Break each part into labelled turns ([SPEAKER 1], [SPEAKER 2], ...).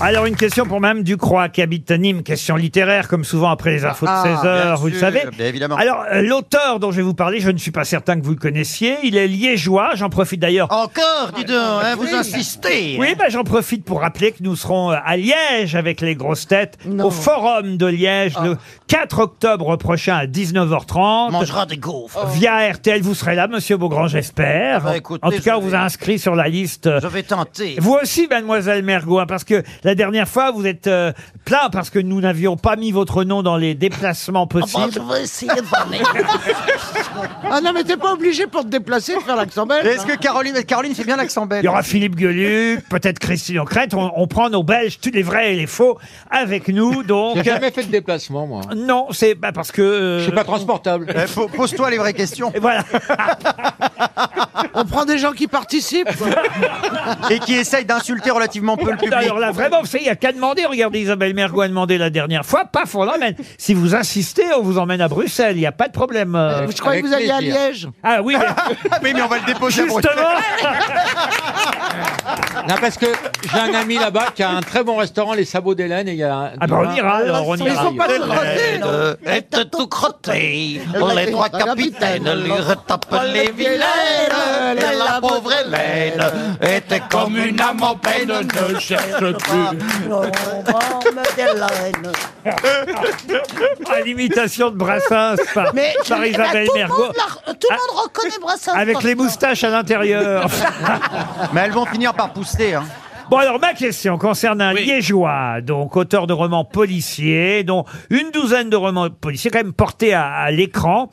[SPEAKER 1] Alors une question pour Mme Ducroix qui habite à Nîmes, question littéraire comme souvent après les infos
[SPEAKER 2] Ah,
[SPEAKER 1] de 16
[SPEAKER 2] bien
[SPEAKER 1] heures, vous le
[SPEAKER 2] sûr,
[SPEAKER 1] savez.
[SPEAKER 2] bien évidemment.
[SPEAKER 1] Alors euh, l'auteur dont je vais vous parler, je ne suis pas certain que vous le connaissiez, il est liégeois, j'en profite d'ailleurs.
[SPEAKER 3] Oh. Encore, dis donc, hein, vous insistez.
[SPEAKER 1] Oui, bah, j'en profite pour rappeler que nous serons euh, à Liège avec les grosses têtes au forum de Liège le 4 octobre prochain à 19h30.
[SPEAKER 3] Mangera des gaufres.
[SPEAKER 1] Via RTL, vous serez là, Monsieur Beaugrand, j'espère.
[SPEAKER 3] Ah bah, écoutez,
[SPEAKER 1] en tout cas,
[SPEAKER 3] je
[SPEAKER 1] on vous
[SPEAKER 3] vais-
[SPEAKER 1] a inscrit sur la liste. euh,
[SPEAKER 3] Je vais tenter.
[SPEAKER 1] Vous aussi, mademoiselle Mergo, hein, parce que la dernière fois, vous êtes euh, plein parce que nous n'avions pas mis votre nom dans les déplacements
[SPEAKER 2] Oh,
[SPEAKER 3] Bon, je
[SPEAKER 1] possibles.
[SPEAKER 3] vais essayer de venir.
[SPEAKER 4] Ah non, mais t'es pas obligé pour te déplacer de faire l'accent belge.
[SPEAKER 2] Est-ce que Caroline, Caroline fait bien l'accent
[SPEAKER 1] Il y
[SPEAKER 2] belge
[SPEAKER 1] aura Philippe Gueluc, peut-être Christine Ockrent. On, on prend nos Belges, tous les vrais et les faux, avec nous. Donc,
[SPEAKER 5] J'ai jamais fait de déplacement, moi.
[SPEAKER 1] non, c'est bah, parce que. euh,
[SPEAKER 5] Je suis pas transportable.
[SPEAKER 2] Eh, po- Pose-toi les vraies questions.
[SPEAKER 1] et voilà.
[SPEAKER 4] On prend des gens qui participent. quoi.
[SPEAKER 2] Et qui essaye d'insulter relativement peu le public.
[SPEAKER 1] Alors là, vraiment, vous savez, il n'y a qu'à demander. Regardez, Isabelle Mergo a demandé la dernière fois. Paf, on l'emmène. Si vous insistez, on vous emmène à Bruxelles. Il n'y a pas de problème. euh.
[SPEAKER 4] Ah, Je croyais que vous alliez à Liège.
[SPEAKER 1] Ah oui, mais
[SPEAKER 2] Oui, mais on va le déposer à Bruxelles.
[SPEAKER 1] justement.
[SPEAKER 5] Non, parce que j'ai un ami là-bas qui a un très bon restaurant, les Sabots d'Hélène, et il y a un.
[SPEAKER 1] Ah bah, on ira alors, on
[SPEAKER 4] Ils
[SPEAKER 1] ira.
[SPEAKER 4] sont pas
[SPEAKER 2] Eh,
[SPEAKER 4] de
[SPEAKER 3] Elle
[SPEAKER 4] crottés, non
[SPEAKER 3] euh, est tout crottée. Les trois capitaines lui retapent les vilaines. Et la pauvre Hélène était comme une âme en peine. Ne cherche plus.
[SPEAKER 1] à l'imitation de Brassens par,
[SPEAKER 6] Mais
[SPEAKER 1] par
[SPEAKER 6] je-
[SPEAKER 1] Isabelle
[SPEAKER 6] bah, tout, le
[SPEAKER 1] Mergo.
[SPEAKER 6] monde la- tout le monde reconnaît Brassens.
[SPEAKER 1] Ah. Avec les
[SPEAKER 6] maintenant.
[SPEAKER 1] moustaches à l'intérieur.
[SPEAKER 2] Mais elles vont finir par pousser. Hein.
[SPEAKER 1] bon, alors ma question concerne un liégeois, donc auteur de romans policiers, dont une douzaine de romans policiers quand même portés à, à l'écran.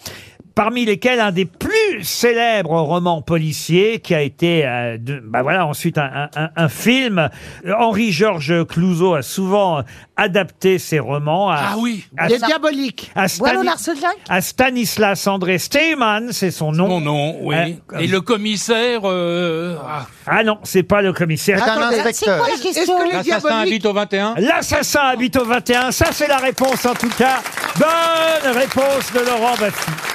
[SPEAKER 1] Parmi lesquels un des plus célèbres romans policiers qui a été, euh, de- bah voilà, ensuite un, un- un- un film. Henri-Georges Clouzot a souvent adapté ses romans. À,
[SPEAKER 7] Ah oui.
[SPEAKER 1] à-
[SPEAKER 4] Des diaboliques.
[SPEAKER 1] à
[SPEAKER 6] Boileau
[SPEAKER 1] Stanis-
[SPEAKER 6] Larsenac
[SPEAKER 1] à Stanislas André Steyman, c'est son nom.
[SPEAKER 7] Mon nom, oui.
[SPEAKER 1] Ouais, comme-
[SPEAKER 7] Et le commissaire, euh, Eh, ah,
[SPEAKER 1] Ah non, c'est pas le commissaire.
[SPEAKER 2] C'est un
[SPEAKER 4] Attendez,
[SPEAKER 6] C'est quoi
[SPEAKER 2] inspecteur.
[SPEAKER 6] la
[SPEAKER 4] Est-ce
[SPEAKER 6] question
[SPEAKER 4] que les
[SPEAKER 5] L'assassin
[SPEAKER 4] diaboliques.
[SPEAKER 5] habite au 21.
[SPEAKER 1] L'assassin habite au 21, ça c'est la réponse en tout cas. Bonne réponse de Laurent Baffy.